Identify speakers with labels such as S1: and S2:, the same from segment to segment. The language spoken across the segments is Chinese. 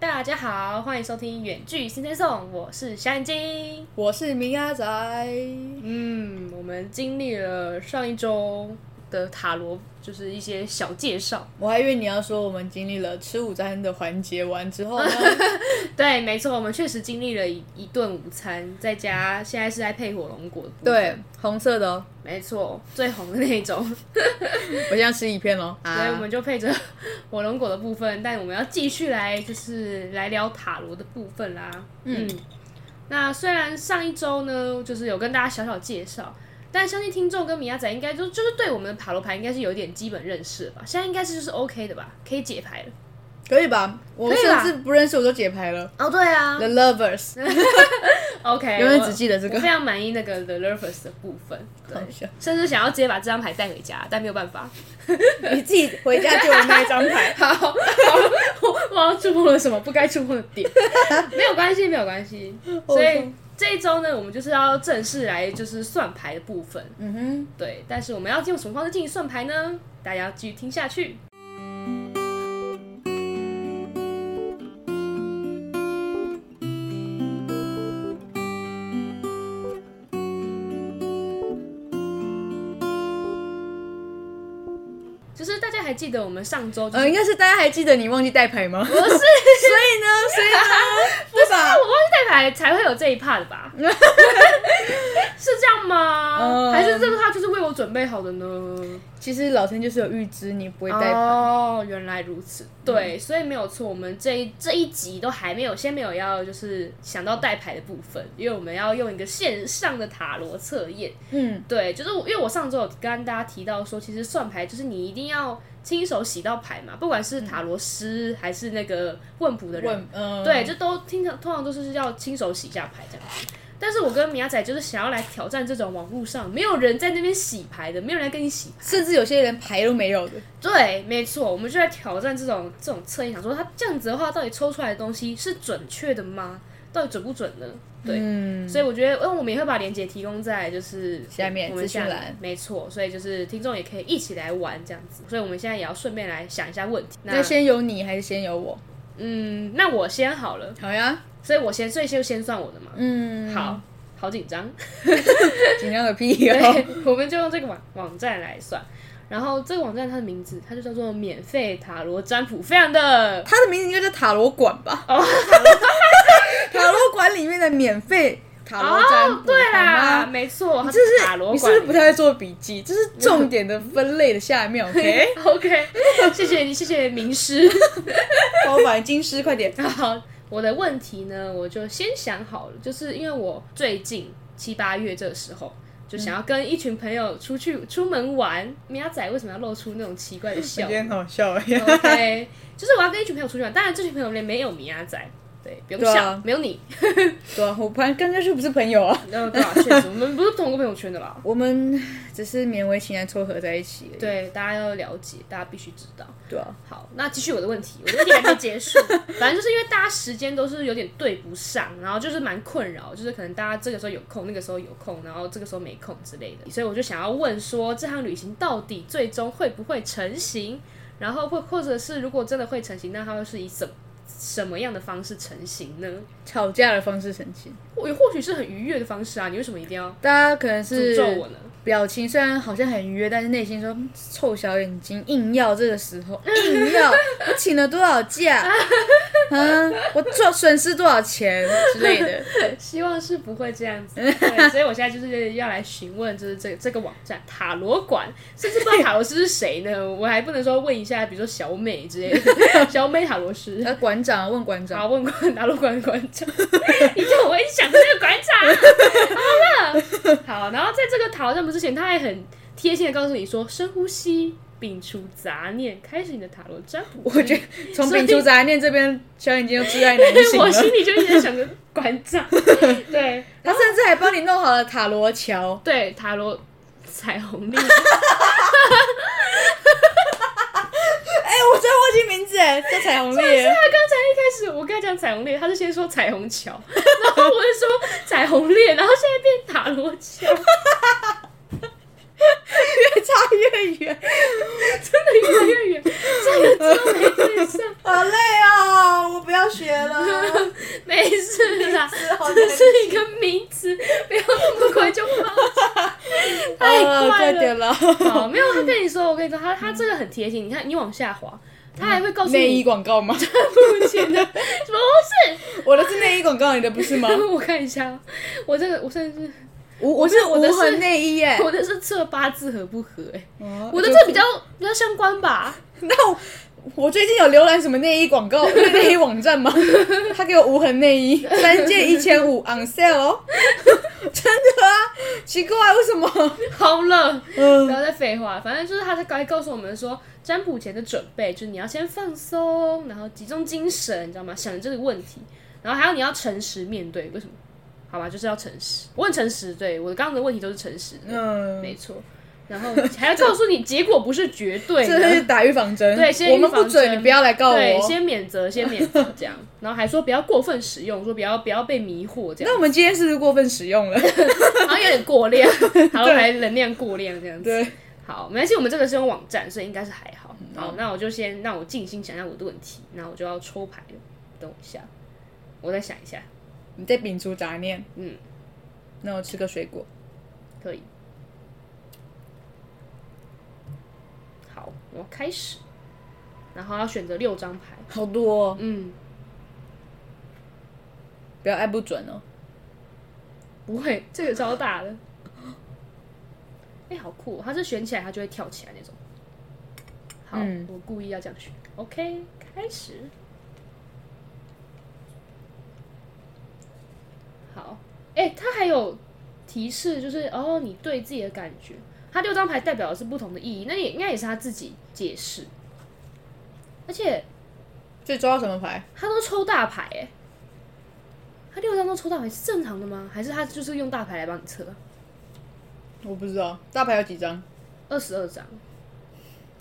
S1: 大家好，欢迎收听《远距新天颂》，我是小眼睛。
S2: 我是明阿仔，
S1: 嗯，我们经历了上一周的塔罗，就是一些小介绍。
S2: 我还以为你要说我们经历了吃午餐的环节完之后呢，
S1: 对，没错，我们确实经历了一一顿午餐，在家现在是在配火龙果的部分，
S2: 对， 红色的哦，
S1: 没错，最红的那一种，
S2: 我现在吃一片哦。
S1: 所以我
S2: 啊，
S1: 们就配着 火龙果的部分，但我们要继续来就是来聊塔罗的部分啦。嗯，那虽然上一周呢，就是有跟大家小小介绍，但相信听众跟米亚仔应该就就是对我们的塔罗牌应该是有一点基本认识了吧？现在应该是就是 OK 的吧，可以解牌了。
S2: 可以吧？我
S1: 可以吧
S2: 甚至不认识我都解牌了。
S1: 哦，对啊
S2: The Lovers，
S1: ，OK，
S2: 永远
S1: 我
S2: 只记得这
S1: 我
S2: 个
S1: 非。常满意那个 The Lovers 的部分，对
S2: 好笑
S1: 甚至想要直接把这张牌带回家，但没有办法。
S2: 你自己回家就有那一张牌。
S1: 好，好我我要触碰了什么不该触碰的点，没有关系，没有关系。所以这一周呢，我们就是要正式来就是算牌的部分，
S2: 嗯哼，
S1: 对。但是我们要用什么方式进行算牌呢？大家要继续听下去。就是大家还记得我们上周就是
S2: 呃，应该是大家还记得你忘记带牌吗？不是， 所以呢，所以 呢，对吧？
S1: 我忘记带牌才会有这一 part 的吧？是这样吗？
S2: 嗯
S1: 还是这个 part 就是为我准备好的呢？
S2: 其实老天就是有预知你不会带牌。
S1: 哦，原来如此。
S2: 嗯
S1: 对，所以没有错，我们这一这一集都还没有，先没有要就是想到带牌的部分，因为我们要用一个线上的塔罗测验。
S2: 嗯，
S1: 对，就是我因为我上周有跟大家提到说，其实算牌就是你一定要亲手洗到牌嘛，不管是塔罗师还是那个问卜的人，
S2: 问，嗯，
S1: 对，，就都通常通常都是要亲手洗一下牌这样子。但是我跟米亚仔就是想要来挑战这种网络上没有人在那边洗牌的，没有人来跟你洗牌。
S2: 甚至有些人牌都没有的。
S1: 对，没错，我们就来挑战这种这种测验，想说他这样子的话，到底抽出来的东西是准确的吗？到底准不准呢？对，
S2: 嗯，
S1: 所以我觉得，因为我们也会把链接提供在就是
S2: 下面
S1: 我们
S2: 资讯
S1: 下面
S2: 栏
S1: 没错，所以就是听众也可以一起来玩这样子。所以我们现在也要顺便来想一下问题。那
S2: 那先有你还是先有我？
S1: 嗯，那我先好了，
S2: 好呀，
S1: 所以我先，所以就先算我的嘛。
S2: 嗯，
S1: 好，好紧 张。
S2: 紧张个 屁
S1: 对
S2: 哦！，
S1: 我们就用这个网网站来算。然后这个网站它的名字，它就叫做免费塔罗占卜，非常的
S2: 它的名字应该叫塔罗馆吧？
S1: 哦，
S2: 塔罗馆里面的免费塔罗占
S1: 哦，
S2: 卜，
S1: 对
S2: 好
S1: 啦，
S2: 吗？
S1: 没错，它
S2: 这是
S1: 塔罗
S2: 你是
S1: 馆
S2: 不是不太会做笔记？这是重点的分类的下面 ，OK？
S1: OK，谢谢你，谢谢名师。
S2: 老板，金师，快点！
S1: 好，我的问题呢，我就先想好了，就是因为我最近七八月这时候。就想要跟一群朋友出去出门玩，米亚仔为什么要露出那种奇怪的笑
S2: 今？ 天好笑哎，
S1: OK，就是我要跟一群朋友出去玩，当然这群朋友里面没有米亚仔，对，不用
S2: 对啊
S1: 想，没有你，
S2: 对啊，我刚刚刚就不是朋友啊，
S1: 呃，对啊，确 实，我们不是同个朋友圈的啦。
S2: 我们只是勉为其难撮合在一起而已。
S1: 对，大家要了解，大家必须知道。
S2: 对啊，
S1: 好，那继续我的问题，我的问题还没结束。 反正就是因为大家时间都是有点对不上，然后就是蛮困扰，就是可能大家这个时候有空，那个时候有空，然后这个时候没空之类的。所以我就想要问说，这趟旅行到底最终会不会成型？然后或或者是如果真的会成型，那它会是以什什么样的方式成型呢？
S2: 吵架的方式神奇，
S1: 或或许是很愉悦的方式啊，你为什么一定要
S2: 大家可能
S1: 诅
S2: 是
S1: 咒我呢？
S2: 表情虽然好像很愉悦，但是内心说嗯臭小眼睛硬要这个时候 硬要，我请了多少假 啊？我赚损失多少钱之类的？
S1: 希望是不会这样子，对，所以我现在就是要来询问，就是这这个网站塔罗馆，甚至不知道塔罗师是谁呢， 我还不能说问一下，比如说小美之类的，小美塔罗师，
S2: 那呃馆长问馆
S1: 然
S2: 长，
S1: 后问馆塔罗馆馆长， 你叫我一想这个馆长， 好了，好，然后在这个塔罗占卜之前，他还很贴心的告诉你说，深呼吸，摒除杂念，开始你的塔罗占 卜。
S2: 我觉得从
S1: 所以
S2: 摒除杂念这边，小眼睛就挚爱难 行啊
S1: 我
S2: 了。
S1: 心里就一直在想着馆长，对，
S2: 他甚至还帮你弄好了塔罗桥，
S1: 对，塔罗彩虹历，
S2: 哎、我真的忘记名字哎，叫彩虹
S1: 是
S2: 列
S1: 啊，，刚才一开始我跟他讲彩虹列，他就先说彩虹桥， 然后我就说彩虹列，然后现在变塔罗桥，
S2: 越 差越远，
S1: 真的越来越远，这个真的没对上。
S2: 好累哦，
S3: 我不要学 了，
S1: 没事啦，
S3: 之后
S1: 只是一个名词，不要那么快就放
S2: 啊
S1: 弃，太
S2: 了，
S1: 快
S2: 快
S1: 了。
S2: 点了，
S1: 好，没有，他跟你说，我跟你说，他他这个很贴心，你看你往下滑，他还会告诉
S2: 嗯内衣
S1: 你
S2: 广告吗？
S1: 目前的，不
S2: 我的是内衣广告，你的不是吗？
S1: 是，我看一下，我这个我甚 至
S2: 无我是无痕内衣耶，
S1: 我的是测八字合不合、欸，
S2: 哦
S1: 我的这比较比较相关吧，
S2: 那我我最近有浏览什么内衣广告、 内衣网站吗？他给我无痕内衣，三件一千五，on sale 哦，真的啊，奇怪为什么？
S1: 好了。不
S2: 嗯，
S1: 要再废话，反正就是他在该告诉我们说，占卜前的准备就是你要先放松，然后集中精神，你知道吗？想着这个问题，然后还有你要诚实面对，为什么？好吧，就是要诚实。我很诚实，对我刚刚的问题都是诚实的，
S2: 嗯，
S1: 没错。然后还要告诉你，结果不是绝对
S2: 这是
S1: 的，
S2: 打预防针，
S1: 对先
S2: 我们
S1: 预
S2: 不
S1: 防
S2: 准，
S1: 针
S2: 你不要来告
S1: 对，
S2: 我。哦
S1: 先免责，先免责这样。然后还说不要过分使用，说不要不要被迷惑这样
S2: 那。我们今天是不是过分使用了？
S1: 然后有点过 量，然后还能量过量这样子。
S2: 对，嗯
S1: 好，没关系，我们这个是用网站，所以应该是还好。好，那我就先让我静心想想我的问题，那我就要抽牌了。等我一下，我再想一下，
S2: 你在摒除杂念，
S1: 嗯，
S2: 那我吃个水果，
S1: 可以。好，我开始，然后要选择六张牌。
S2: 好多、哦，
S1: 嗯，
S2: 不要按不准哦。
S1: 不会，这个超大的。哎、好酷、哦！它是选起来它就会跳起来那种。好，
S2: 嗯
S1: 我故意要这样选。OK，开始。好，哎、它还有提示，就是哦，你对自己的感觉，它六张牌代表的是不同的意义，那也应该也是他自己解释。而且
S2: 这抓到什么牌？
S1: 他都抽大牌哎、他六张都抽大牌是正常的吗？还是他就是用大牌来帮你测？
S2: 我不知道，大牌有几张？
S1: 二十二张。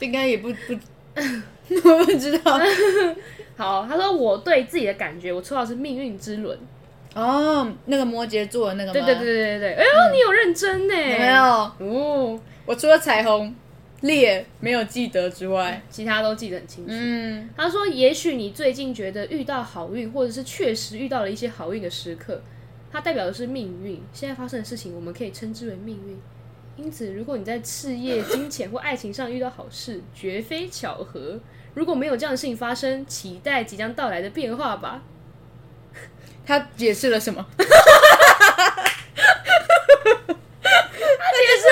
S2: 应该也不不，我不 知道。
S1: 好，他说我对自己的感觉，我抽到的是命运之轮。
S2: 哦，那个摩羯座的那个吗？
S1: 对对对对对对，哎呦，你有认真呢？
S2: 有没有？
S1: 哦，
S2: 我除了彩虹列没有记得之外，
S1: 其他都记得很清楚。
S2: 嗯，
S1: 他说：“也许你最近觉得遇到好运，或者是确实遇到了一些好运的时刻，它代表的是命运。现在发生的事情，我们可以称之为命运。因此，如果你在事业、金钱或爱情上遇到好事，绝非巧合。如果没有这样的事情发生，期待即将到来的变化吧。
S2: 他解释了什 么？
S1: 他解释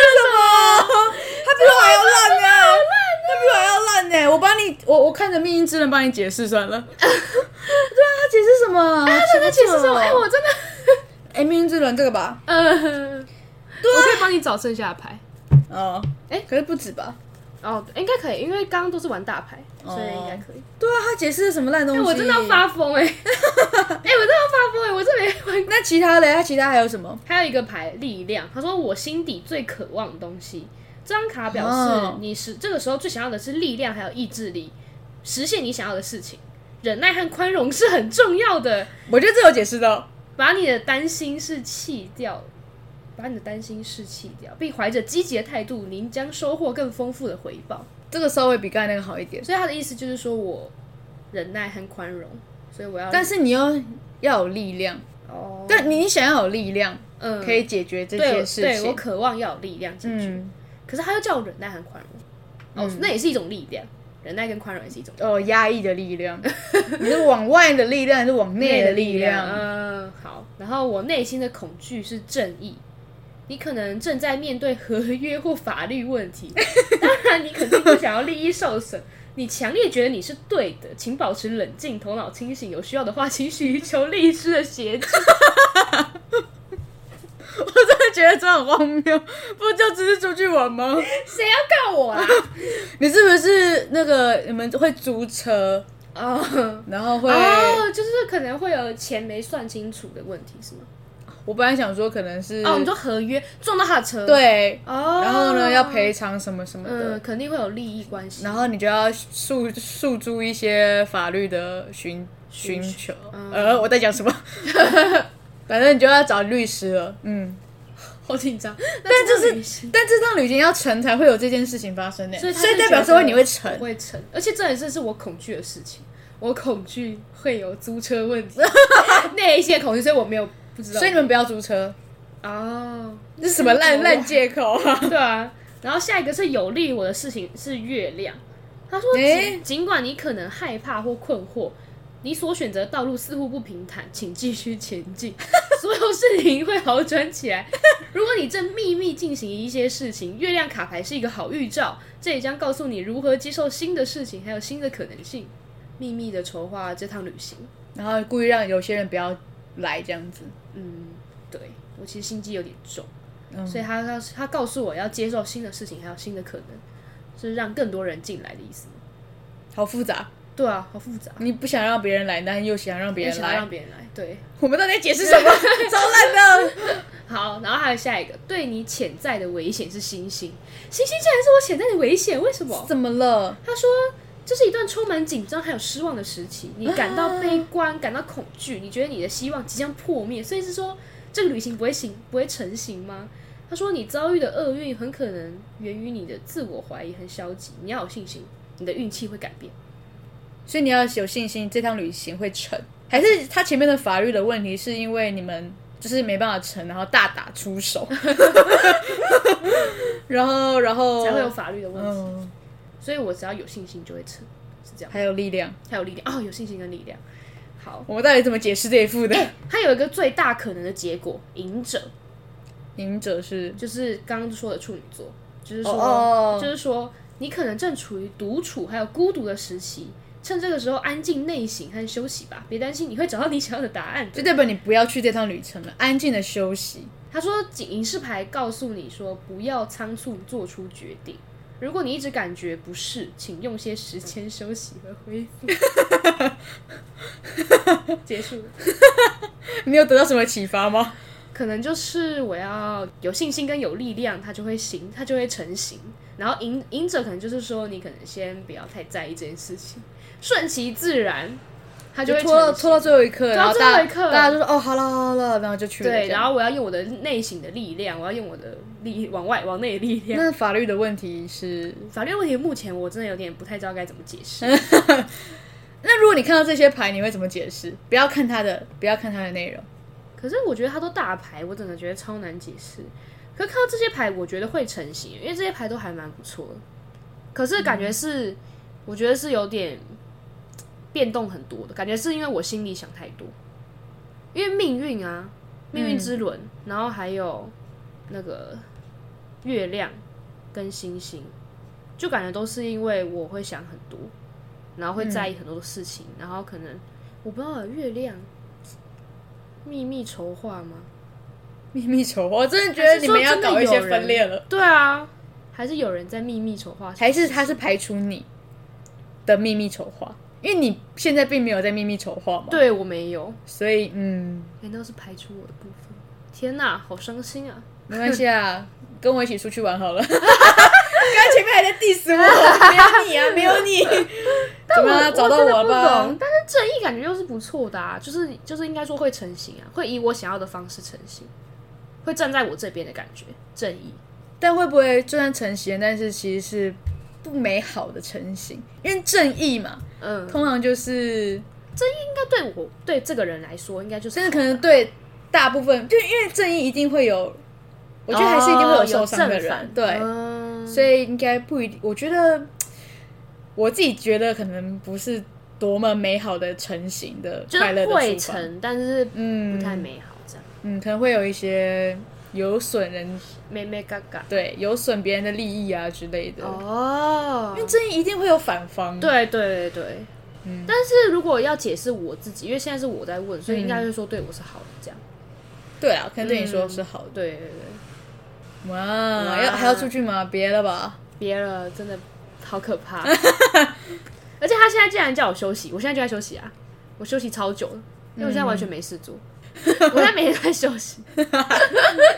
S2: 他比我还要烂呢、他比我还要烂呢、我帮你，我我看着命运之人帮你解释算 了。对啊，他解释什么？
S1: 了什么？他在解释什么？哎，我真的，
S2: 哎，命运之轮这个吧，
S1: 呃， 我可以帮你找剩下的牌。
S2: 哦，
S1: 哎
S2: 可是不止吧？
S1: 哦，应该可以，因为刚刚都是玩大牌，所以应该可以。”
S2: 对啊，他解释了什么烂东
S1: 哎、
S2: 西？
S1: 我真的要发疯哎、欸！哎、 我真的要发疯哎、我这没玩过。
S2: 那其他的，他其他还有什么？
S1: 还有一个牌力量，他说我心底最渴望的东西。这张卡表示
S2: 哦
S1: 你是、这个时候最想要的是力量，还有意志力，实现你想要的事情。忍耐和宽容是很重要的。
S2: 我觉得这有解释到。
S1: 把你的担心是弃掉，把你的担心是弃掉，并怀着积极的态度，您将收获更丰富的回报。
S2: 这个稍微比刚才那个好一点，
S1: 所以他的意思就是说我忍耐和宽容，所以我要
S2: 但是你又要有力量，
S1: 哦，
S2: 但你想要有力量，
S1: 嗯
S2: 可以解决这
S1: 对
S2: 些
S1: 我
S2: 事
S1: 对我
S2: 情。
S1: 渴望要有力量解决，
S2: 嗯，
S1: 可是他又叫我忍耐和宽容，哦，那也是一种力量，忍耐跟宽容也是一种
S2: 哦，压抑的力 量，你是往外的力量，还是往内的力量？
S1: 嗯，好。然后我内心的恐惧是正义，你可能正在面对合约或法律问 题，当然你肯定不想要利益受损。你强烈觉得你是对的，请保持冷静，头脑清醒。有需要的话，请寻求律师的协助。
S2: 我真的觉得这很荒谬，不就只是出去玩吗？
S1: 谁要告我啊啦？
S2: 你是不是那个你们会租车，
S1: 哦
S2: 然后会？啊
S1: 哦，就是可能会有钱没算清楚的问题，是吗？
S2: 我本来想说可能是
S1: 哦，你说合约撞到他的车，，
S2: 对，
S1: 哦，
S2: 然后呢要，赔偿什么什么
S1: 嗯，
S2: 的，
S1: 肯定会有利益关系，
S2: 然后你就要诉诉诸一些法律的寻寻求。
S1: 哦
S2: 呃，我在讲 什么？反正你就要找律师了。嗯，
S1: 好紧张，但
S2: 但就是
S1: 是
S2: 但这趟旅行要成才会有这件事情发生呢、欸
S1: 所以他
S2: 所以
S1: 是
S2: 代表
S1: 觉
S2: 说
S1: 得
S2: 你会成
S1: 不。会成，而且这也是是我恐惧的事情。我恐惧会有租车问 题那一些恐惧，所以我没有不知道。
S2: 所以你们不要租车，
S1: 哦，
S2: 这是什么烂
S1: 哇
S2: 烂借口啊？
S1: 对啊，然后下一个是有利于我的事情是月亮。他说，
S2: 诶
S1: 尽尽管你可能害怕或困惑，你所选择的道路似乎不平坦，请继续前进， 所有事情会好转起来。如果你正秘密进行一些事情，月亮卡牌是一个好预兆，这也将告诉你如何接受新的事情，还有新的可能性。秘密的筹划这趟旅行，
S2: 然后故意让有些人不要来这样子，
S1: 嗯，对我其实心机有点重。
S2: 嗯
S1: 所以他他他告诉我要接受新的事情，还有新的可能，是让更多人进来的意思吗。
S2: 好复杂。
S1: 对啊，好复杂，
S2: 你不想让别人来，但又想让别
S1: 也
S2: 人
S1: 想要
S2: 来
S1: 让，别人来。对，
S2: 我们到底在解 释什么？超烂的！
S1: 好，然后还有下一个，对你潜在的危险是星星，星星竟然是我潜在的危险，为什么？
S2: 怎么了？
S1: 他说。这是一段充满紧张还有失望的时期，你感到悲观，感到恐惧，你觉得你的希望即将破灭，所以是说这个旅行不会行，不会成行吗？他说你遭遇的厄运很可能源于你的自我怀疑和消极，你要有信心，你的运气会改变。
S2: 所以你要有信心，这趟旅行会成。还是他前面的法律的问题，是因为你们就是没办法成，然后大打 出手，然后然后
S1: 才会有法律的问题。
S2: 哦嗯，
S1: 所以我只要有信心就会成，是这样。
S2: 还有力量。
S1: 还有力量哦，有信心跟力量。好，哎
S2: 我们到底怎么解释这一副的？
S1: 还有一个最大可能的结果，赢者
S2: 赢者是
S1: 就是刚刚说的处女座，就是说
S2: 哦
S1: 就是说你可能正处于独处还有孤独的时期。趁这个时候安静内省和休息吧，别担心，你会找到你想要的答案 的。
S2: 就代表你不要去这趟旅程了，安静的休息。
S1: 他说，警示牌告诉你说，不要仓促做出决定。如果你一直感觉不适，请用些时间休息和恢复。 结束了。
S2: 你有得到什么启发吗？
S1: 可能就是我要有信心跟有力量，它就会行，它就会成型。然后赢赢者可能就是说，你可能先不要太在意这件事情，顺其自然，它就会
S2: 拖到
S1: 成型
S2: 拖到最后一刻，
S1: 到
S2: 然后
S1: 啊最后
S2: 大
S1: 一刻
S2: 大家就说哦，好了好了，然后就去了。
S1: 对。
S2: 这样
S1: 然后我要用我的内省的力量，我要用我的力往外往内的力量。
S2: 那法律的问题是，
S1: 法律问题目前我真的有点不太知道该怎么解释。
S2: 那如果你看到这些牌，你会怎么解释？不要看它的，不要看它的内容。
S1: 可是我觉得它都大牌，我真的觉得超难解释。可是看到这些牌，我觉得会成型，因为这些牌都还蛮不错的。可是感觉是，我觉得是有点变动很多的感觉，是因为我心里想太多。因为命运啊，命运之轮，然后还有那个月亮跟星星，就感觉都是因为我会想很多，然后会在意很多的事情，然后可能我不知道月亮秘密筹划吗？
S2: 秘密筹划，我真的觉得你们要搞一些分裂了，
S1: 对啊，还是有人在秘密筹划什么事？
S2: 还是它是排除你的秘密筹划？因为你现在并没有在秘密筹划嘛，
S1: 对我没有，
S2: 所以嗯，
S1: 难道是排除我的部分？天哪，好伤心啊！
S2: 没关系啊，跟我一起出去玩好 了。刚刚前面还在 diss 我，没有你啊，没有 你，怎
S1: 我
S2: 么样找到
S1: 真的
S2: 我啊
S1: 不
S2: 吧
S1: 懂？但是正义感觉又是不错的啊，就是就是应该说会成型啊，会以我想要的方式成型，会站在我这边的感觉，正义。
S2: 但会不会就算成型，但是其实是不美好的成型？因为正义嘛，
S1: 嗯，
S2: 通常就是
S1: 那对我对这个人来说，应该就是
S2: 真的可能对大部分，就因为正义一定会有，我觉得还是一定会
S1: 有
S2: 受伤的
S1: 正
S2: 人，
S1: 反
S2: 对，
S1: 哦嗯
S2: 所以应该不一定。我觉得我自己觉得可能不是多么美好的成型的
S1: 就
S2: 快乐
S1: 是
S2: 的
S1: 会
S2: 出发
S1: 成，但是
S2: 嗯，
S1: 不太美好，这样
S2: 嗯，可能会有一些有损人，
S1: 妹妹嘎嘎。
S2: 对，有损别人的利益啊之类的。
S1: 哦，
S2: 因为正义一定会有反方，，
S1: 对对对对，
S2: 嗯
S1: 但是如果要解释我自己，因为现在是我在问，所以应
S2: 嗯
S1: 该会说对我是好的这样。
S2: 对啊，可能对你说是好的。
S1: 对对对，
S2: 哇，
S1: 嗯哇
S2: 要还要出去吗？别 了吧，
S1: 别了，真的好可怕。 而且他现在竟然叫我休息，我现在就在休息啊，我休息超久了，因为我现在完全
S2: 嗯
S1: 没事做，我现在每天在休 息，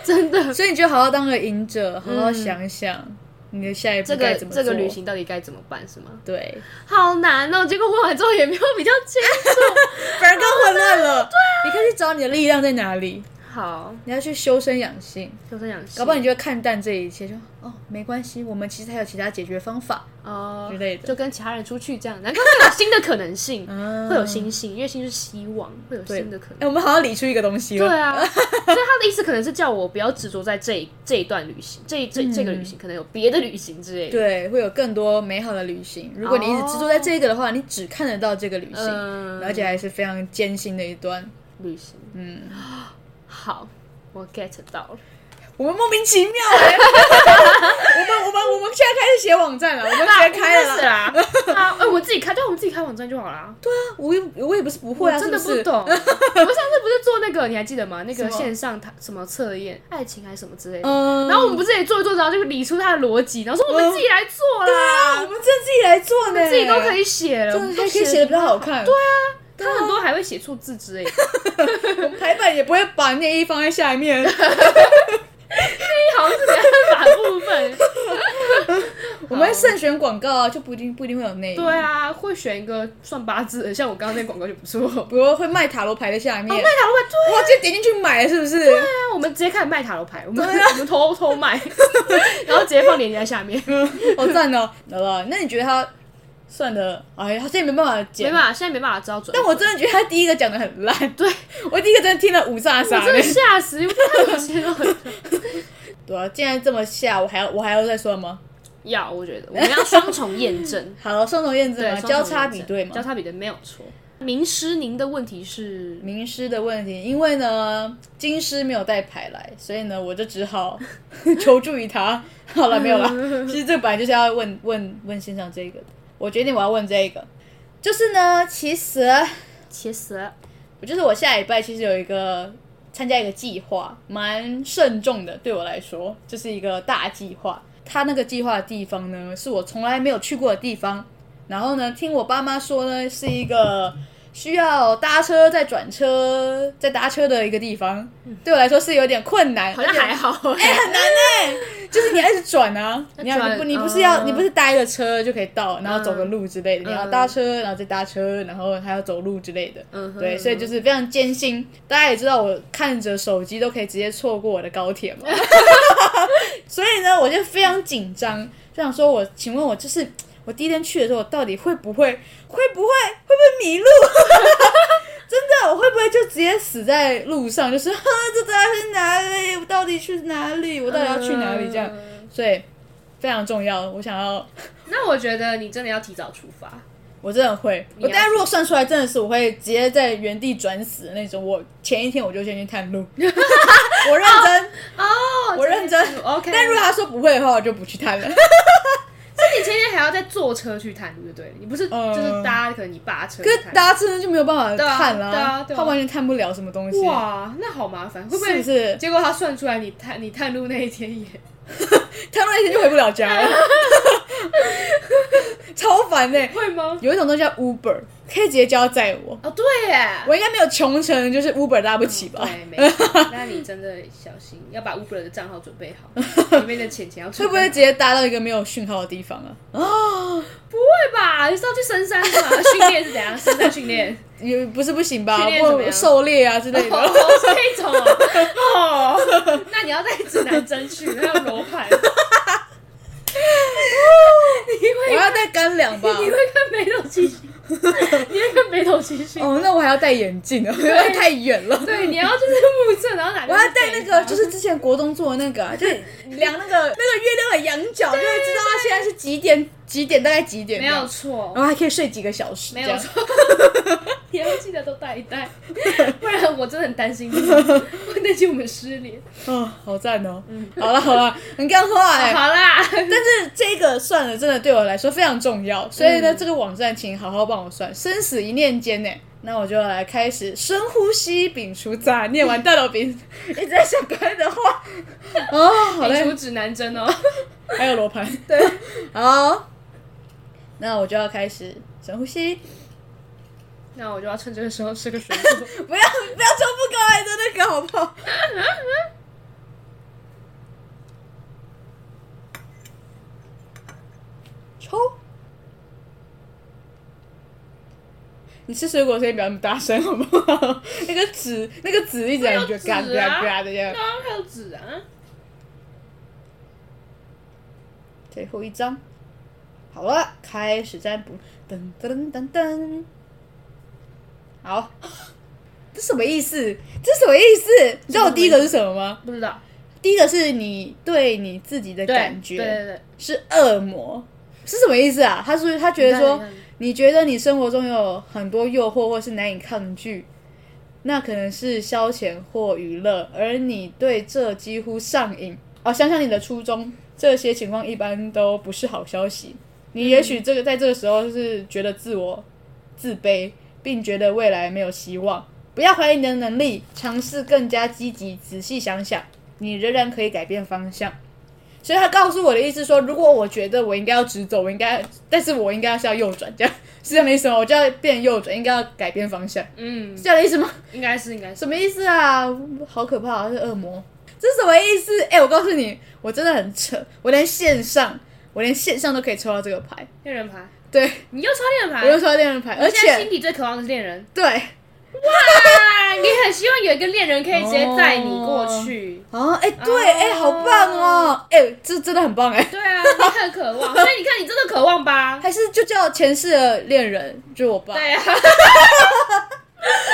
S1: 真的。
S2: 所以你就好好当个赢者，好好想想你的下一
S1: 嗯
S2: 步
S1: 这
S2: 该
S1: 个
S2: 怎么
S1: 这个
S2: 做
S1: 旅，行到底该怎么办是吗？
S2: 对，
S1: 好难哦！结果问完之后也没有比较清楚，
S2: 反而更混乱了。对，你可以去找你的力量在哪里。
S1: 好，
S2: 你要去修身养性，
S1: 就这样。
S2: 搞不好你就会看淡这一切，就哦没关系，我们其实还有其他解决方法。
S1: 哦
S2: 之类的
S1: 就跟其他人出去这样，难怪会有新的可能性，
S2: 嗯
S1: 会有新性，因为新是希望，会有新的可
S2: 哎、
S1: 能。
S2: 我们好像理出一个东西
S1: 对
S2: 了。
S1: 啊，所以他的意思可能是叫我不要执着在这一这一段旅行，这一这这个旅行可能有别的旅行之类的。
S2: 嗯对，会有更多美好的旅行。如果你一直执着在这个的话，你只看得到这个旅行，
S1: 哦嗯
S2: 而且还是非常艰辛的一段。
S1: 旅行，嗯，好，我 get 到了。
S2: 我们莫名其妙哎、 我们我们我们现在开始写网站了，我们直接开了
S1: 是
S2: 啦。
S1: 啦，啊，哎，我自己开，对，我们自己开网站就好啦。对，
S2: 我也我也不是不会
S1: 我
S2: 啊，
S1: 真的
S2: 是不是
S1: 懂。我们上次不是做那个，你还记得吗？那
S2: 什
S1: 个
S2: 么
S1: 线上谈什么测验，爱情还是什么之类的。
S2: 嗯，
S1: 然后我们不是也做一做，然后就理出它的逻辑，然后说我们自己来做
S2: 啊，
S1: 啦，
S2: 我们这自己来做呢，
S1: 自己都啊可以写了，我
S2: 真
S1: 们
S2: 的，
S1: 都
S2: 还可以写的
S1: 写
S2: 比较好看。
S1: 啊
S2: 对
S1: 得，他很多还会写错字之类的。
S2: 我们排版也不会把内衣放在 下面。
S1: 这好像是没办法部分。
S2: 我们会慎选广告啊，就不一定不一定会有内衣。
S1: 对啊，会选一个算八字的，像我刚刚那广告就不错。
S2: 不过会卖塔罗牌的下面，
S1: 哦卖塔罗牌，对
S2: 哇，直接点进去买了是不是？对
S1: 啊，我们直接开始卖塔罗牌，我们、我们偷偷卖，然后直接放链接在下 面。
S2: 好赞 哦！好了，那你觉得他算的？哎，好像也没办法
S1: 没
S2: 剪。
S1: 办法，现在没办法知道准。
S2: 但我真的觉得他第一个讲的很烂，
S1: 对
S2: 我第一个真的听了五炸
S1: 我
S2: 傻
S1: 真的
S2: 嘞。
S1: 吓死，因为他有些都很
S2: 对啊，既然这么下，我还要我还要再说吗？
S1: 要，我觉得我们要双重验证，
S2: 好，双重验 证
S1: 对，
S2: 嘛，
S1: 双重
S2: 交叉
S1: 验
S2: 比
S1: 证
S2: 对嘛
S1: 交。叉比对没有错。名师，您的问题是
S2: 名师的问题，因为呢，金师没有带牌来，所以呢，我就只好 求助于他。 好了，没 有了。其实这个本来就是要问问问线上这个的，我决定我要问这个，就是呢，其实啊
S1: 其实
S2: 我就是我下礼拜其实有一个参加一个计划，蛮慎重的，对我来说就是一个大计划。他那个计划的地方呢，是我从来没有去过的地方。然后呢，听我爸妈说呢，是一个需要搭车再转车再搭车的一个地方。对我来说是有点困难，
S1: 好像
S2: 而且
S1: 还 好哎、
S2: 就是你要一直转啊，你要
S1: 转
S2: 你不你不是要、
S1: 嗯
S2: 你不是搭着车就可以到，然后走个路之类
S1: 嗯
S2: 的，你要搭车，然后再搭车，然后还要走路之类的。
S1: 嗯哼
S2: 对，所以就是非常艰辛。大家也知道，我看着手机都可以直接错过我的高铁 嘛，所以呢，我就非常紧张，就想说我，请问我就是我第一天去的时候，我到底会不会会不会会不会迷路？ 真的，我会不会就直接死在路上？就是呵，这到底是哪里？我到底去哪里？我到底要去哪里？这样，
S1: 嗯
S2: 所以非常重要。我想要，
S1: 那我觉得你真的要提早出发，
S2: 我真的会。我
S1: 要
S2: 大家如果算出来，真的是我会直接在原地转死的那种。我前一天我就先去 探路，我认真。
S1: 哦
S2: 我认真
S1: 这个意思 OK，
S2: 但如果他说不会的话，我就不去探了。
S1: 那你前天还要再坐车去探路，就对了，你不是
S2: 嗯
S1: 就是搭可能你爸车
S2: 可
S1: 去
S2: 是
S1: 探，
S2: 搭车就没有办法
S1: 对啊
S2: 探了、
S1: 对啊对啊
S2: 他完全探不了什么东西。
S1: 哇，那好麻烦，会不
S2: 是
S1: 会
S2: 不是
S1: 结果他算出来你探你探路那一天也
S2: 探路那天就回不了 家了，超烦欸的、
S1: 会吗？
S2: 有一种东西叫 Uber，可以直接叫他载我。
S1: 哦，对 耶，
S2: 我应该没有穷成就是 Uber 搭不起吧？
S1: 对，没错，那你真的小心，要把 Uber 的账号准备 好，里面的钱钱要
S2: 会
S1: 准
S2: 不
S1: 备
S2: 会
S1: 好。
S2: 直接搭到一个没有讯号的地方啊？
S1: 不会吧？你是要去深山是吧？训练是怎样？深山训练？
S2: 也不是不行吧？
S1: 训练怎么
S2: 或
S1: 样
S2: 狩猎啊之类
S1: 哦，
S2: 的。
S1: 这种哦，哦那你要在指南针去，那要罗 盘，
S2: 我要带干粮 吧。
S1: 你会看北斗七星，你会看北斗七星。
S2: 哦，那我还要戴眼镜啊，因 为太远了。
S1: 对，你要就是目测，然后哪
S2: 我
S1: 边
S2: 要
S1: 是
S2: 戴
S1: 北方？
S2: 那个，就是之前国中做的那个啊，就是量 那个那个月亮的仰角，就会知道它现在是几点几点，大概几点。
S1: 没有，错，
S2: 然后还可以睡几个小时。
S1: 没
S2: 这
S1: 有
S2: 样
S1: 错， 你要记得都带一带， 不然我真的很担心你，我担心我们失联。
S2: 哦，好赞哦！
S1: 嗯
S2: 好了好了，很干话哎。
S1: 好啦，
S2: 但是这个算了，真的对我来说非常重要，所以呢，这个网站请好好帮我算，生死一念间呢。那我就要来开始深呼吸，摒除杂念，完蛋了， 摒一直在想刚才的话。哦，好
S1: 你
S2: 嘞
S1: 出，指南针哦。
S2: 还有罗盘， 对，好，那我就要开始深呼吸，
S1: 那我就要趁这个时候吃个水 果。
S2: 不要不要重复刚才的那个好不好？抽。你你吃水果的声音不要那么大声，好不好？那个纸，那个纸一直在你就嘎嘎
S1: 没有纸啊
S2: 嘎嘎的这样。
S1: 那还有纸啊？
S2: 最后一张，好了，开始占卜，噔噔噔噔，好，这什么意思？这什么意思？你知道我第一个是什么吗？
S1: 不知道。
S2: 第一个是你对你自己的
S1: 对
S2: 感
S1: 对
S2: 觉
S1: 对对，
S2: 是恶魔，是什么意思啊？他是他觉得
S1: 你
S2: 说
S1: 看你看，
S2: 你觉得你生活中有很多诱惑或是难以抗拒，那可能是消遣或娱乐，而你对这几乎上瘾。哦，想想你的初衷，这些情况一般都不是好消息。你也许这个在这个时候是觉得自我自卑，并觉得未来没有希望。不要怀疑你的能力，尝试更加积极，仔细想想，你仍然可以改变方向。所以他告诉我的意思说，如果我觉得我应该要直走，我应该，但是我应该是要右转，这样是这样的意思吗？我就要变右转，应该要改变方向，
S1: 嗯
S2: 是，这样的意思吗？
S1: 应该是应该是。
S2: 什么意思啊？好可怕、啊，是恶魔，这是什么意思？哎、我告诉你，我真的很扯，我连线上，我连线上都可以抽到这个牌，
S1: 恋人牌，
S2: 对
S1: 你又抽恋人牌
S2: 我，又抽到恋人牌，而
S1: 现在心
S2: 且
S1: 底最渴望的是恋人。
S2: 对，
S1: 哎，你很希望有一个恋人可以直接载你过去。
S2: 哦，哎、对，哎、好棒哦，哎、这真的很棒哎、
S1: 对啊，你很渴 望，所以你看，你真的渴望吧？
S2: 还是就叫前世的恋人，就是我爸。
S1: 对 啊，对啊，为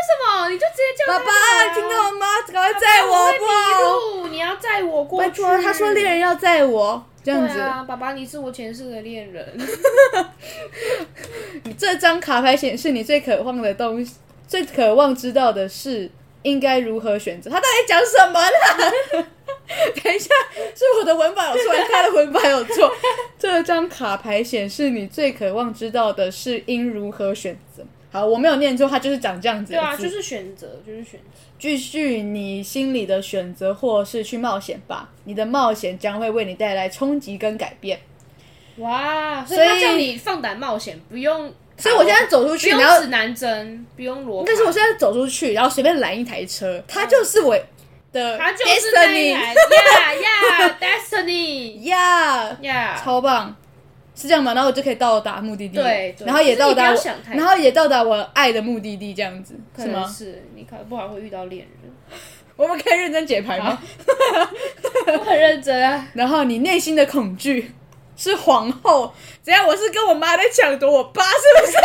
S1: 什么？你就直接叫他
S2: 爸爸，听到我吗？赶快载我
S1: 我
S2: 好
S1: 会
S2: 不好？
S1: 迷路，你要载我过
S2: 拜
S1: 去。
S2: 托，他说恋人要载我，这样
S1: 对
S2: 子。
S1: 啊，爸爸，你是我前世的恋人。
S2: 这张卡牌显示你最渴望的东西，最渴望知道的是应该如何选择。他到底讲什么啦？ 等一下，是我的文法有错，还是他的文法有错？这张卡牌显示你最渴望知道的是应如何选择。好，我没有念错，它 就是长这样子的字。
S1: 对啊，就是选择，就是选择。
S2: 继续你心里的选择，或是去冒险吧。你的冒险将会为你带来冲击跟改变。
S1: 哇，所
S2: 所
S1: 以
S2: 以
S1: 他叫你放胆冒险，不用。
S2: 所以我现在走出
S1: 不
S2: 去，
S1: 用
S2: 然后
S1: 指南针，不用罗盘。
S2: 但是我现在走出去，然后随便拦一台车，它就是我的
S1: 他就是那一
S2: destiny
S1: 台，Yeah Yeah，Destiny，
S2: 呀
S1: Yeah，
S2: 超棒，是这样吗？然后我就可以到达目的地，
S1: 对对
S2: 然后也到达
S1: 就
S2: 我
S1: 是你不要想太，多
S2: 然后也到达我爱的目的地，这样子
S1: 可
S2: 是
S1: 能
S2: 吗？
S1: 是你可不好会遇到恋人，
S2: 我们可以认真解牌吗？
S1: 我很认真啊。
S2: 然后你内心的恐惧是皇后，只要我是跟我妈在抢夺我爸，是不 是？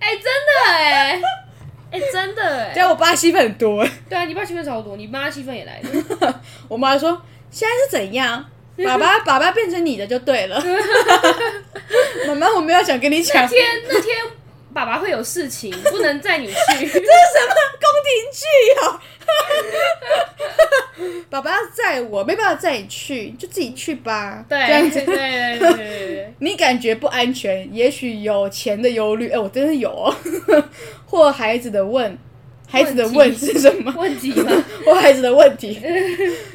S1: 哎、真的哎、哎、真的哎、
S2: 只要我爸戏份很多，
S1: 对啊，你爸气氛超多，你妈气氛也来了。
S2: 我妈说现在是怎样？爸爸，爸爸变成你的就对 了。妈妈，我没有想跟你
S1: 那
S2: 抢。
S1: 天那天爸爸会有事情，不能载你去。
S2: 这是什么宫廷剧哦？ 爸爸要载我，没办法载你去，就自己去吧。
S1: 对，
S2: 这样
S1: 对
S2: 子
S1: 对对对对
S2: 你感觉不安全，也许有钱的忧虑，哎、我真的有哦。 或孩子的问，孩子的问
S1: 问
S2: 是什
S1: 对，
S2: 么？
S1: 问题吗？
S2: 或孩子的问题，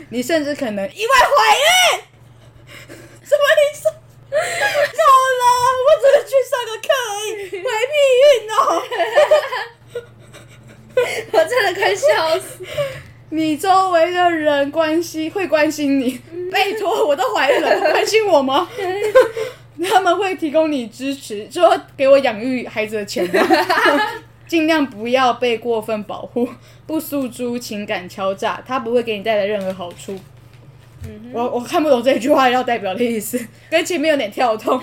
S2: 你甚至可能意外怀孕，什么意思？ 够了，我只是去上个课 而已，怀屁孕哦。
S1: 我真的快笑死。
S2: 你周围的人关心会关心你，拜托，我都怀孕了，不关心我吗？他们会提供你支持，说给我养育孩子的钱吗？ 尽量不要被过分保护，不诉诸情感敲诈，它不会给你带来任何好处。我我看不懂这句话要代表的意思，跟前面有点跳动。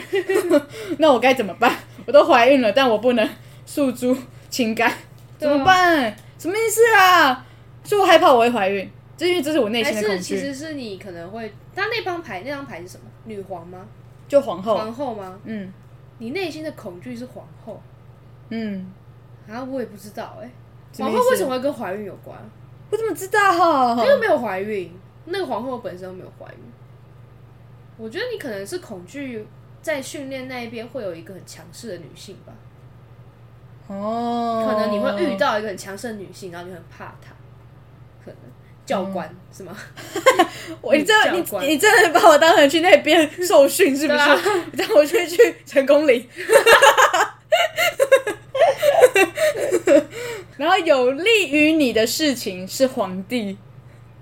S2: 那我该怎么办？我都怀孕了，但我不能诉诸情感，怎么办？什么意思啊？所以我害怕我会怀孕，这因为这是我内
S1: 还
S2: 心的恐
S1: 是其
S2: 惧。
S1: 实是你可能会，他那帮牌那张牌是什么？女皇吗？
S2: 就皇后，
S1: 皇后吗？
S2: 嗯
S1: 你内心的恐惧是皇后
S2: 嗯，
S1: 啊？我也不知道哎、
S2: 什么
S1: 皇
S2: 意思哦
S1: 后为什么会跟怀孕有关？
S2: 我怎么知道哈
S1: 她？又没有怀孕，那个皇后本身又没有怀孕。我觉得你可能是恐惧在训练那一边会有一个很强势的女性吧，
S2: 哦，
S1: 可能你会遇到一个很强势的女性，然后你很怕她，可能教官、
S2: 嗯
S1: 是 吗？
S2: 我，你真的
S1: 女教官
S2: 你你真的把我当成去那边受训是不
S1: 对
S2: 是
S1: 啊？
S2: 让我去去成功岭。 然后有利于你的事情是皇帝，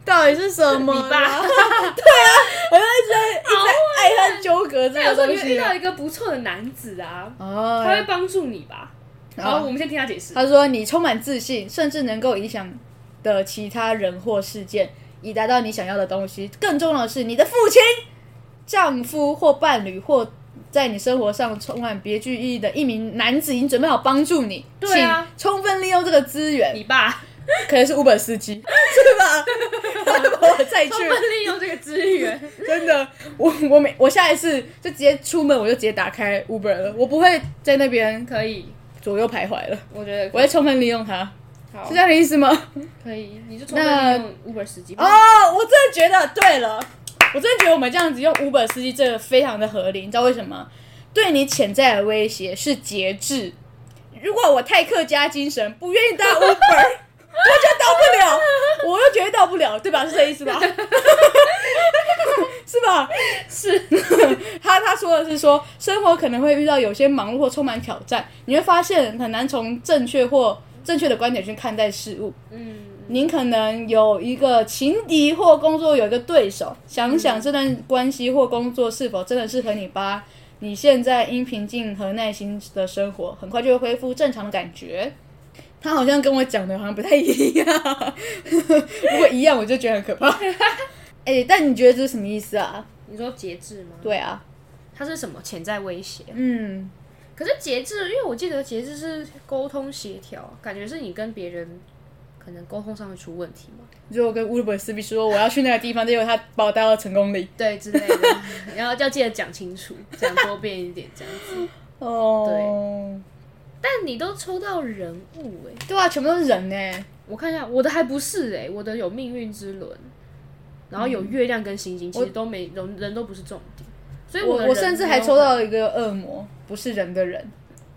S2: 到底是什么
S1: 你
S2: 啦？
S1: 爸
S2: 我就一直在一直在爱恨纠葛这
S1: 那有时候
S2: 个
S1: 你
S2: 东
S1: 会遇
S2: 西啊
S1: 到。一个不错的男子啊，他
S2: 哦，
S1: 会帮助你吧？然后我们先听他解释。
S2: 他说你充满自信，甚至能够影响的其他人或事件，以达到你想要的东西。更重要的是，你的父亲、丈夫或伴侣，或在你生活上充满别具意义的一名男子，已经准备好帮助你。
S1: 对啊
S2: 请充分利用这个资源，
S1: 你 爸
S2: 可能是 Uber 司机，是 吧？ 我再去
S1: 充。分利用这个资源，
S2: 真的，我我每我下一次就直接出门，我就直接打开 Uber 了，我不会在那边
S1: 可以，
S2: 左右徘徊了，
S1: 我觉得
S2: 我会充分利用它，
S1: 好
S2: 是这样的意思吗？
S1: 可以，你就充分利用 Uber 司机。
S2: 哦，我真的觉得对了，我真的觉得我们这样子用 Uber 司机这个非常的合理，你知道为什么？对你潜在的威胁是节制。如果我太客家精神，不愿意搭 Uber，我就到不了，我又觉得到不了，对吧？是这意思吧？ 是吧？
S1: 是
S2: 他他说的是说，生活可能会遇到有些忙碌或充满挑战，你会发现很难从正确或正确的观点去看待事物。
S1: 嗯，
S2: 您可能有一个情敌或工作有一个对手，想想这段关系或工作是否真的适合你吧。你现在因平静和耐心的生活，很快就会恢复正常的感觉。他好像跟我讲的好像不太一 样，如果一样我就觉得很可怕。 哎、但你觉得这是什么意思啊？
S1: 你说节制吗？，
S2: 对啊，
S1: 它是什么潜在威胁？
S2: 嗯，
S1: 可是节制，因为我记得节制是沟通协调，感觉是你跟别人可能沟通上会出问题嘛，
S2: 如果跟乌鲁本斯比说我要去那个地方，结果他把我带到成功里，
S1: 对之类的， 然后要记得讲清楚，讲多变一点这样子。
S2: 哦，
S1: 但你都抽到人物哎、
S2: 对，对啊，全部都是人呢、
S1: 我看一下我的还不是哎、我的有命运之轮，然后有月亮跟星星，其实都没人人都不是重点，所以
S2: 嗯我
S1: 的
S2: 我
S1: 人
S2: 甚至
S1: 没
S2: 还
S1: 有
S2: 抽
S1: 很
S2: 到一个恶魔，不是人的人，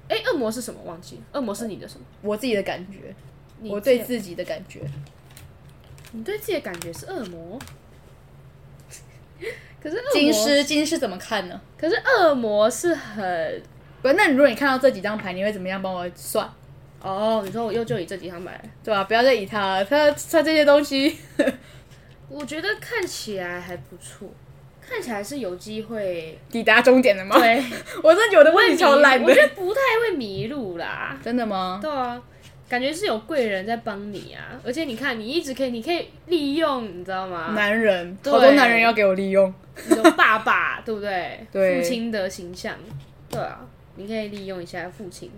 S1: 哎、恶魔是什么？忘记了，恶魔是你的什么？
S2: 我自己的感觉，
S1: 你
S2: 我对
S1: 自哦
S2: 自己的感觉，
S1: 你对自己的感觉是恶 魔，可是恶魔
S2: 金狮金狮怎么看呢？
S1: 可是恶魔是很
S2: 不，那你如果你看到这几张牌，你会怎么样帮我算？
S1: 哦，你说我又就以这几张牌，
S2: 对吧、不要再以他了，他他这些东西，
S1: 我觉得看起来还不错，看起来是有机 会。
S2: 抵达终点了吗？
S1: 对，
S2: 我真的觉得我的
S1: 不
S2: 问
S1: 会
S2: 题超
S1: 迷
S2: 烂
S1: 我
S2: 的，
S1: 觉得不太会迷路啦。
S2: 真的吗？
S1: 对啊，感觉是有贵人在帮你啊，而且你看，你一直可以，你可以利用，你知道吗？
S2: 男人，
S1: 啊对
S2: 好多男人要给我利用，
S1: 你的爸爸，对不对？
S2: 对
S1: 父亲的形象，对啊，你可以利用一下父亲，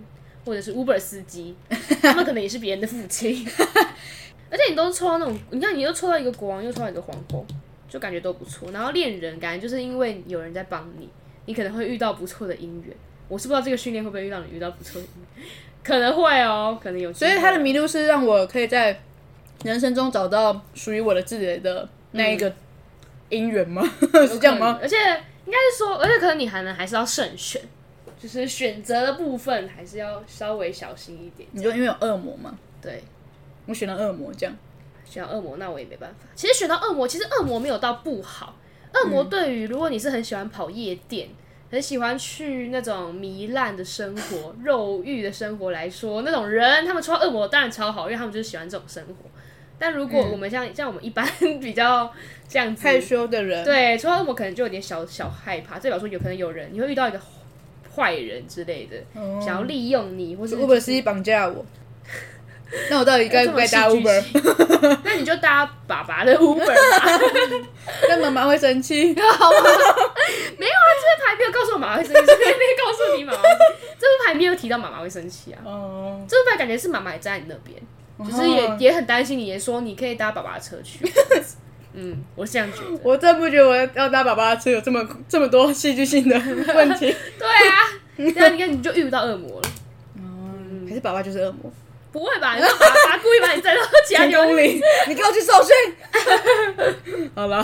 S1: 或者是 Uber 司机，他们可能也是别人的父亲。 而且你都抽到那种，你看你又抽到一个国王，又抽到一个皇后，就感觉都不错。然后恋人感觉就是因为有人在帮你，你可能会遇到不错的姻缘。我是不知道这个训练会不会让你遇到不错的姻缘，可能会哦，可能有机
S2: 所
S1: 会。
S2: 以他的迷路是让我可以在人生中找到属于我的自己的那一个
S1: 嗯
S2: 姻缘吗？ 是这样吗？
S1: 而且应该是说，而且可能你还能还是要慎选，就是选择的部分还是要稍微小心一点。
S2: 你就因为有恶魔嘛，
S1: 对，
S2: 我选了恶魔
S1: 嗯
S2: 这样。
S1: 选到恶魔那我也没办法。其实选到恶魔，其实恶魔没有到不好。恶
S2: 嗯
S1: 魔对于如果你是很喜欢跑夜店，很喜欢去那种糜烂的生 活、肉欲的生活来说，那种人他们抽到恶魔当然超好，因为他们就是喜欢这种生活。但如果我们像、像我们一般 比较这样子
S2: 嗯害羞的人，
S1: 对，抽到恶魔可能就有点小小害怕，这代表说有可能有人你会遇到一个坏人之类的，
S2: 哦
S1: 想要利用你，或是
S2: ，Uber 司机绑架 我，那我到底该不该搭
S1: 这么戏剧
S2: Uber？
S1: 性 那你就搭爸爸的 Uber 吧。
S2: 但妈妈会 生气。
S1: 哦这牌没有告诉我妈妈会生气， 这边没有告诉你妈妈会生气，这副牌没有提到妈妈会生气啊。
S2: 哦，
S1: 这副牌感觉是妈妈也站在你那边，就是也也很担心你，也说你可以搭爸爸的车去。 嗯，我是这样觉得。
S2: 我真不觉得我要搭爸爸车有这么这么多戏 剧性的问题。
S1: 对啊，那你看你就遇不到恶魔了。嗯
S2: 哦，还是爸爸就是恶魔。
S1: 不会吧？你说爸爸故意把你载到其他
S2: 田
S1: 地方
S2: 宫里，你给我去受训。 好了，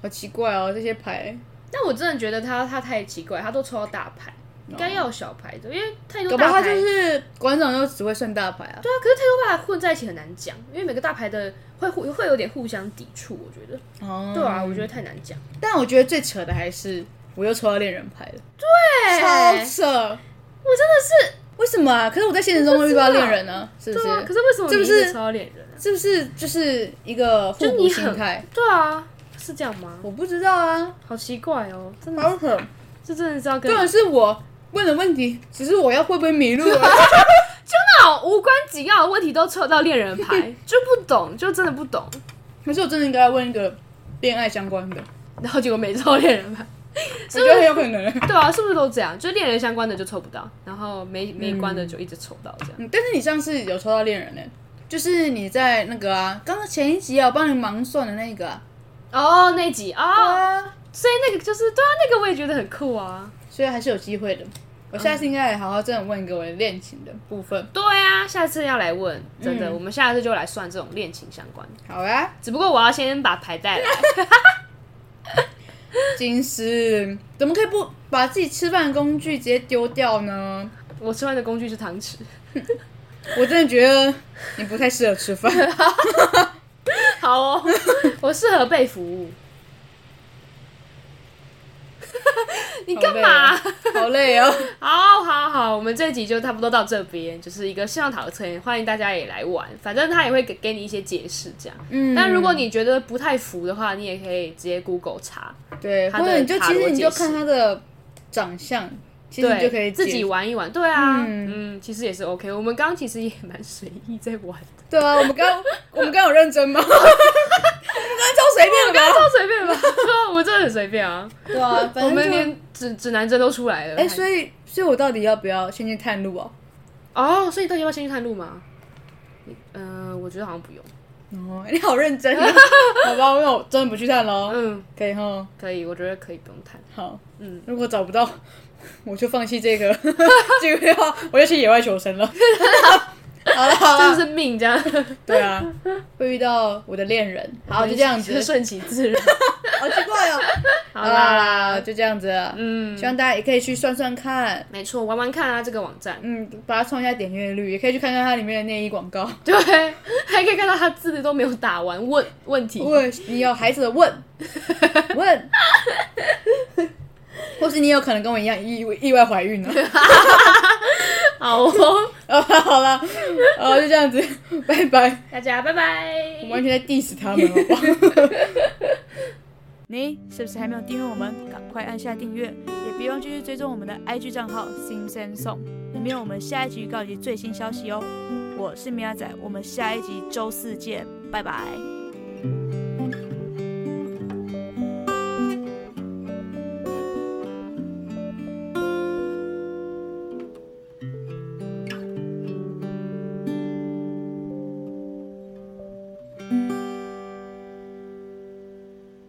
S2: 好奇怪哦，这些牌
S1: 但我真的觉得他他太奇怪，他都抽到大牌，应该要有小牌的，因为太多
S2: 哦搞不好
S1: 大
S2: 他
S1: 牌。
S2: 就是馆长，就只会算大牌啊。
S1: 对啊，可是太多大牌混在一起很难讲，因为每个大牌的会互会有点互相抵触，我觉得。
S2: 哦，
S1: 对啊，我觉得太难讲。
S2: 但我觉得最扯的还是我又抽到恋人牌了，
S1: 对
S2: 超扯。
S1: 哎我真的是
S2: 为什么啊？可是我在现实中会遇到恋人呢、是不
S1: 对啊，可
S2: 是？
S1: 是为什么
S2: 这不
S1: 你一直
S2: 是
S1: 抽到恋人啊？
S2: 是不是就是一个互
S1: 就
S2: 补
S1: 你
S2: 心
S1: 很
S2: 态？
S1: 对啊，是这样吗？
S2: 我不知道啊，
S1: 好奇怪哦，真的
S2: 好狠！
S1: 这真的是要跟
S2: 根本啊是我问的问题，只是我要会不会迷路而已。
S1: 好无关紧要的问题都抽到恋人 牌，就不懂，就真的不懂，
S2: 可是我真的应该要问一个恋爱相关的，
S1: 然后结果没抽恋人牌，
S2: 我觉得很有可能。
S1: 对啊，是不是都这样？就恋人相关的就抽不到，然后没没关的就一直抽到这样。
S2: 嗯，但是你上次有抽到恋人呢、就是你在那个啊，刚刚前一集啊，我帮你盲算的那个啊，
S1: 哦，那一集哦，
S2: 啊，
S1: 所以那个就是对啊，那个我也觉得很酷啊。
S2: 所以还是有机会的。我下次应该也好好真的问一个我的恋情的部分。
S1: 对啊，下次要来问，真的，我们下次就来算这种恋情相关的。
S2: 好啊，
S1: 只不过我要先把牌带来，
S2: 金丝怎么可以不把自己吃饭的工具直接丢掉呢？
S1: 我吃饭的工具是汤匙。
S2: 我真的觉得你不太适合吃 饭。
S1: 好哦， 我适合被服务。 你干嘛？
S2: 好累哦。
S1: 好好好，我们这集就差不多到这边，就是一个信用卡的测验，欢迎大家也来玩，反正他也会给给你一些解释这样。
S2: 嗯
S1: 但如果你觉得不太服的话，你也可以直接 Google 查，
S2: 对，
S1: 他
S2: 或
S1: 的
S2: 者你就
S1: 塔
S2: 其
S1: 罗
S2: 实你
S1: 解
S2: 就
S1: 释
S2: 看他的长相，其实
S1: 对，
S2: 你就可以
S1: 自
S2: 解
S1: 己玩一玩。对啊，
S2: 嗯
S1: 嗯其实也是 OK。我们刚刚其实也蛮随意在玩，
S2: 对啊，我们 刚我们刚有认真吗？我们刚超随便
S1: 不
S2: 的
S1: 要
S2: 吧？
S1: 超随便吧，我们真的很随便啊，
S2: 对啊，
S1: 我
S2: 反
S1: 们
S2: 正就
S1: 连指指南针都出来了。
S2: 哎、
S1: 还
S2: 所以所以我到底要不要先去探路啊？
S1: 哦，所以到底要不要先去探路吗？你呃，我觉得好像不用。
S2: 哦，你好认 真、啊，好吧，那我真的不去探喽。
S1: 嗯，
S2: 可以哈，
S1: 可以，我觉得可以不用探。
S2: 好，
S1: 嗯，
S2: 如果找不到，我就放弃这个 这个要，我就去野外求生了。 好了好
S1: 这就
S2: 了，
S1: 是命，这样。
S2: 对啊， 会遇到我的恋人。好，就这样子
S1: 就， 顺其自然。
S2: 好奇怪哦。
S1: 好
S2: 好
S1: 啦，
S2: 啦，就这样子了。
S1: 嗯
S2: 希，望大家也可以去算算看，
S1: 没错，玩玩看啊，这个网站，
S2: 嗯，把它创一下点阅率，也可以去看看它里面的内衣广告。
S1: 对，还可以看到他字都没有打完，问问题，
S2: 问你有孩子的 问问，或是你有可能跟我一样意意外怀孕呢？
S1: 好哦，
S2: 好了好了，好就这样子，拜拜。
S1: 大家拜拜，
S2: 我完全在 diss 他们，好不好？你是不是还没有订阅我们？赶快按下订阅，也别忘继续追踪我们的 IG 账号 Sing Sing Song，里面有我们下一集预告以及最新消息哦。我是米亚仔，我们下一集周四见，拜拜。